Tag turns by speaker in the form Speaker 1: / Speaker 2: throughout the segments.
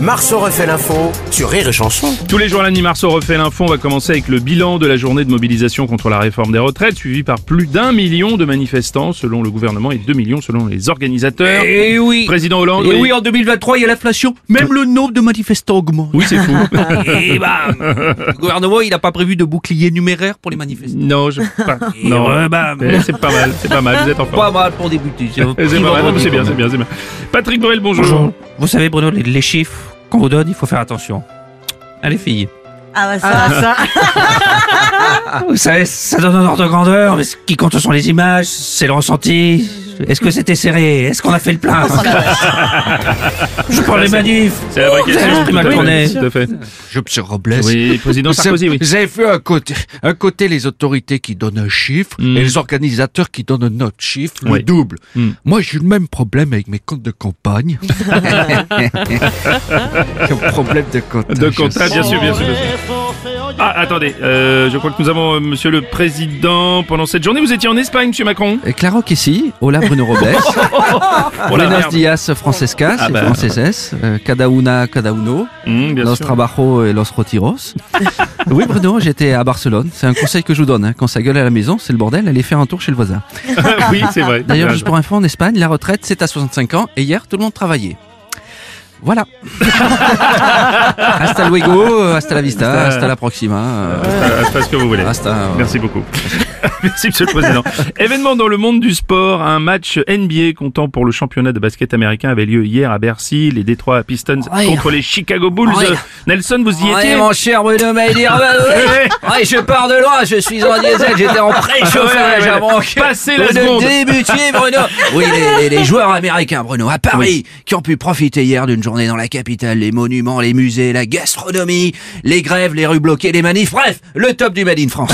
Speaker 1: Marceau refait l'info sur Rire et Chanson.
Speaker 2: Tous les jours, lundi, Marceau refait l'info. On va commencer avec le bilan de la journée de mobilisation contre la réforme des retraites, suivi par plus d'un million de manifestants selon le gouvernement et deux millions selon les organisateurs.
Speaker 3: Eh oui.
Speaker 2: Président Hollande.
Speaker 3: Et oui, en 2023, il y a l'inflation. Même le nombre de manifestants augmente.
Speaker 2: Oui, c'est fou.
Speaker 3: Et bam Le gouvernement, il n'a pas prévu de bouclier numéraire pour les manifestants.
Speaker 2: non, je pas. Non,
Speaker 3: ouais, bah,
Speaker 2: Eh, c'est pas mal, c'est pas mal. Vous êtes en
Speaker 3: Pas
Speaker 2: forme.
Speaker 3: mal pour débuter. C'est un
Speaker 2: Eh, C'est
Speaker 3: petit
Speaker 2: pas mal,
Speaker 3: vendredi,
Speaker 2: c'est bien,
Speaker 3: quand
Speaker 2: c'est
Speaker 3: même.
Speaker 2: bien, c'est bien. Patrick Borel, bonjour.
Speaker 3: Bonjour. Vous savez, Bruno, les, les chiffres qu'on vous donne, il faut faire attention. Allez, filles.
Speaker 4: Ah bah ça,
Speaker 3: Ah, vous savez, ça donne un ordre de grandeur, mais ce qui compte, ce sont les images, c'est le ressenti. Est-ce que c'était serré Est-ce qu'on a fait le plein Je prends les manifs.
Speaker 2: Ah, C'est la vraie question.
Speaker 3: j'ai pris ma
Speaker 2: Tout à fait,
Speaker 3: journée.
Speaker 2: Tout à fait.
Speaker 5: Je me suis Robles.
Speaker 2: Oui, président
Speaker 5: Vous savez-
Speaker 2: Sarkozy, oui.
Speaker 5: Vous avez vu un côté, un côté les autorités qui donnent un chiffre
Speaker 2: Mm.
Speaker 5: et les organisateurs qui donnent un autre chiffre, le
Speaker 2: Oui.
Speaker 5: double.
Speaker 2: Mm.
Speaker 5: Moi, j'ai le même problème avec mes comptes de campagne. j'ai un problème de comptage.
Speaker 2: De comptage, bien sûr, bien sûr. bien sûr. Ah, attendez, euh, je crois que nous avons euh, Monsieur le Président. Pendant cette journée, vous étiez en Espagne, Monsieur Macron.
Speaker 6: Et Claro Kessi, hola Bruno Robles,
Speaker 2: Oh la
Speaker 6: buenos
Speaker 2: merde.
Speaker 6: días Francescas
Speaker 2: Ah
Speaker 6: et
Speaker 2: bah.
Speaker 6: franceses, euh, cada una, cada uno,
Speaker 2: Hum, bien
Speaker 6: los
Speaker 2: sûr.
Speaker 6: trabajos et los retiros. oui Bruno, j'étais à Barcelone, c'est un conseil que je vous donne, hein. quand ça gueule à la maison, c'est le bordel, allez faire un tour chez le voisin.
Speaker 2: Ah, oui, c'est vrai.
Speaker 6: D'ailleurs, juste pour info, en Espagne, la retraite c'est à 65 ans et hier tout le monde travaillait. Voilà. hasta luego, hasta la vista, hasta la proxima, euh,
Speaker 2: Euh, Faites ce que vous voulez.
Speaker 6: hasta... euh,
Speaker 2: Merci beaucoup. Merci, Monsieur le Président. Événement dans le monde du sport, un match NBA comptant pour le championnat de basket américain avait lieu hier à Bercy. Les Detroit Pistons
Speaker 6: Ouais.
Speaker 2: contre les Chicago Bulls.
Speaker 6: Ouais.
Speaker 2: Euh, Nelson, vous y étiez
Speaker 6: Ouais, mon cher Bruno Maïdir,
Speaker 2: Ouais.
Speaker 6: Ah, je pars de loin, je suis en diesel, j'étais en
Speaker 2: Ouais, ouais,
Speaker 6: préchauffage
Speaker 2: ouais.
Speaker 6: avant que
Speaker 2: Passez la
Speaker 6: vous ne
Speaker 2: seconde.
Speaker 6: débutiez, Bruno. Oui, les, les- les joueurs américains, Bruno, à Paris, qui ont pu profiter hier d'une journée dans la capitale, les monuments, les musées, la gastronomie, les grèves, les rues bloquées, les manifs, bref, le top du Made in France.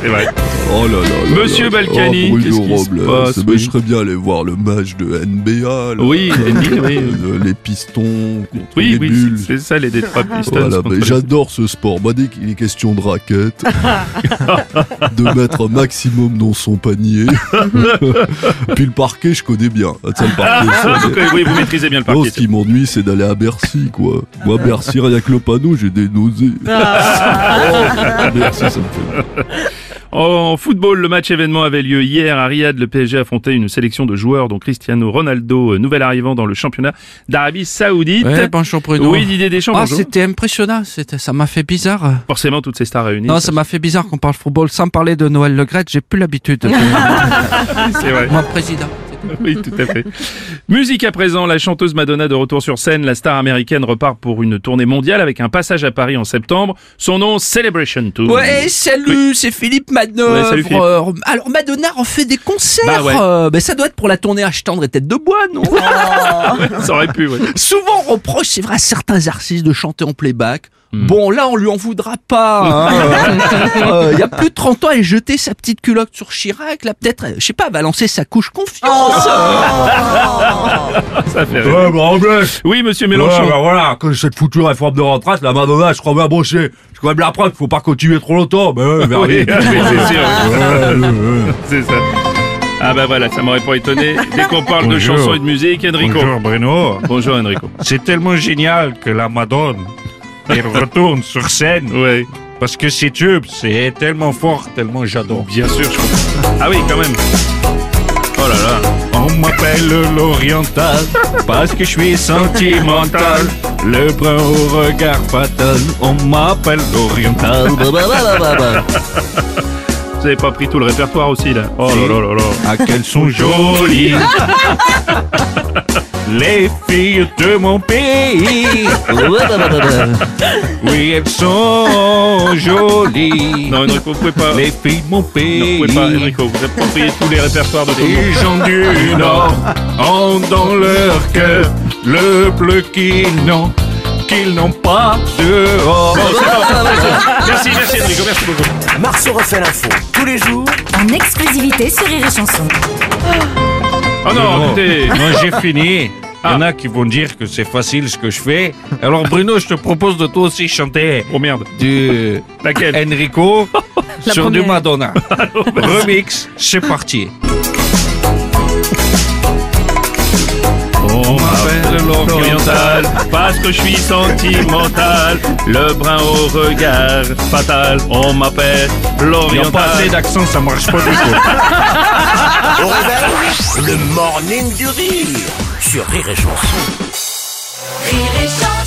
Speaker 2: C'est vrai.
Speaker 7: Oh là là là
Speaker 2: Monsieur
Speaker 7: là là.
Speaker 2: Balkany,
Speaker 7: Oh, Bruno
Speaker 2: qu'est-ce qui se
Speaker 7: Robles,
Speaker 2: passe,
Speaker 7: mais
Speaker 2: oui.
Speaker 7: je serais bien allé voir le match de NBA. là.
Speaker 2: Oui, NBA, oui.
Speaker 7: Euh, Les pistons contre
Speaker 2: Oui,
Speaker 7: les
Speaker 2: oui,
Speaker 7: bulles.
Speaker 2: c'est ça les Detroit
Speaker 6: Oh
Speaker 2: Pistons.
Speaker 7: Voilà,
Speaker 2: contre
Speaker 7: mais
Speaker 2: les-
Speaker 7: j'adore ce sport. Moi, dès qu'il est question de raquette, de mettre un maximum dans son panier. Puis le parquet, je connais bien. Ah, tiens, le parquet, ça,
Speaker 2: Ah,
Speaker 7: mais-
Speaker 2: donc, euh, oui, vous maîtrisez bien le
Speaker 7: Non,
Speaker 2: parquet.
Speaker 7: ce qui m'ennuie, c'est d'aller à Bercy, quoi. Moi, Bercy, rien que le panneau, j'ai des nausées. Oh, Bercy, ça me fait.
Speaker 2: En football, le match événement avait lieu hier à Riyad. Le PSG affrontait une sélection de joueurs dont Cristiano Ronaldo, euh, nouvel arrivant dans le championnat d'Arabie Saoudite.
Speaker 6: bonjour
Speaker 5: Ah,
Speaker 6: Ah,
Speaker 2: oui, Didier Deschamps, bonjour.
Speaker 6: impressionnant, ça m'a fait bizarre.
Speaker 2: Forcément, toutes ces stars réunies.
Speaker 6: Non, ça m'a fait bizarre qu'on parle football sans parler de Noël Le Gret, j'ai plus l'habitude.
Speaker 2: c'est vrai.
Speaker 6: Mon président.
Speaker 2: Oui, tout à fait. Musique à présent, la chanteuse Madonna de retour sur scène, la star américaine repart pour une tournée mondiale avec un passage à Paris en septembre. Son nom, Celebration Tour.
Speaker 6: Ouais, eh, salut, c'est Philippe Manœuvre.
Speaker 2: Ouais, salut Philippe.
Speaker 6: Euh, alors Madonna en fait des concerts.
Speaker 2: Bah ouais.
Speaker 6: Euh, ben, ça doit être pour la tournée H tendre et tête de bois, non
Speaker 2: Ça aurait pu, ouais.
Speaker 6: Souvent on reproche, c'est vrai, à certains artistes de chanter en playback.
Speaker 2: Hmm.
Speaker 6: Bon, là, on lui en voudra pas. hein. Euh, Il y a plus de 30 ans, elle jetait sa petite culotte sur Chirac. Là, peut-être, euh, je sais pas, elle va lancer sa couche confiance.
Speaker 2: Ça fait rire.
Speaker 8: Ouais, bah, en bleu.
Speaker 2: Oui, monsieur
Speaker 8: Ouais,
Speaker 2: Mélenchon.
Speaker 8: bah, voilà, que cette foutue réforme de retraite, la Madonna, je crois bien brochée. C'est quand même la preuve qu'il faut pas continuer trop longtemps. Mais ouais, mais
Speaker 2: Oui,
Speaker 8: allez.
Speaker 2: ah, oui, c'est sûr. oui.
Speaker 8: Ouais, ouais, ouais.
Speaker 2: C'est ça. Ah bah voilà, ça m'aurait pas étonné. Dès qu'on parle de
Speaker 8: Bonjour.
Speaker 2: chansons et de musique, Enrico.
Speaker 8: Bonjour Bruno.
Speaker 2: Bonjour, Enrico.
Speaker 8: C'est tellement génial que la Madone elle retourne sur scène
Speaker 2: Ouais.
Speaker 8: parce que ses tubes, c'est tellement fort, tellement j'adore.
Speaker 2: Bien sûr, je comprends. Ah oui, quand même. Oh là là.
Speaker 8: On m'appelle l'oriental parce que je suis sentimental. Le brun au regard fatal, on m'appelle l'oriental.
Speaker 2: Vous avez pas pris tout le répertoire aussi, là. Oh là là là là.
Speaker 8: Ah, qu'elles sont jolies Les filles de mon pays Oui, elles sont jolies
Speaker 2: Non, Enrico, vous pouvez pas.
Speaker 8: Les filles de mon
Speaker 2: Non,
Speaker 8: pays
Speaker 2: vous pouvez pas, Enrico. Vous appropriez tous les répertoires de tout le monde.
Speaker 8: Les gens du Nord ont dans leur cœur le bleu qu'ils n'ont qu'ils n'ont pas dehors
Speaker 2: Merci, merci, Enrico. Merci beaucoup.
Speaker 1: Marceau refait l'info tous les jours
Speaker 4: En exclusivité sur Rire et Chanson.
Speaker 2: Oh non, écoutez.
Speaker 8: Moi j'ai fini
Speaker 6: Il
Speaker 9: Ah.
Speaker 6: y en a qui vont dire que c'est facile ce que je fais. Alors Bruno, je te propose de toi aussi chanter
Speaker 2: Oh merde,
Speaker 6: du
Speaker 2: laquelle
Speaker 6: Enrico
Speaker 9: La
Speaker 6: sur du
Speaker 9: première. Ah,
Speaker 6: Madonna. Remix, c'est parti.
Speaker 2: On
Speaker 9: Ah,
Speaker 2: m'appelle l'oriental parce que je suis sentimental, le brun au regard fatal. On m'appelle
Speaker 6: Il n'y a pas assez
Speaker 2: l'oriental.
Speaker 6: d'accent, ça marche pas du tout.
Speaker 1: Au réveil, le morning du rire sur Rire et Chanson.
Speaker 10: Rire et chanson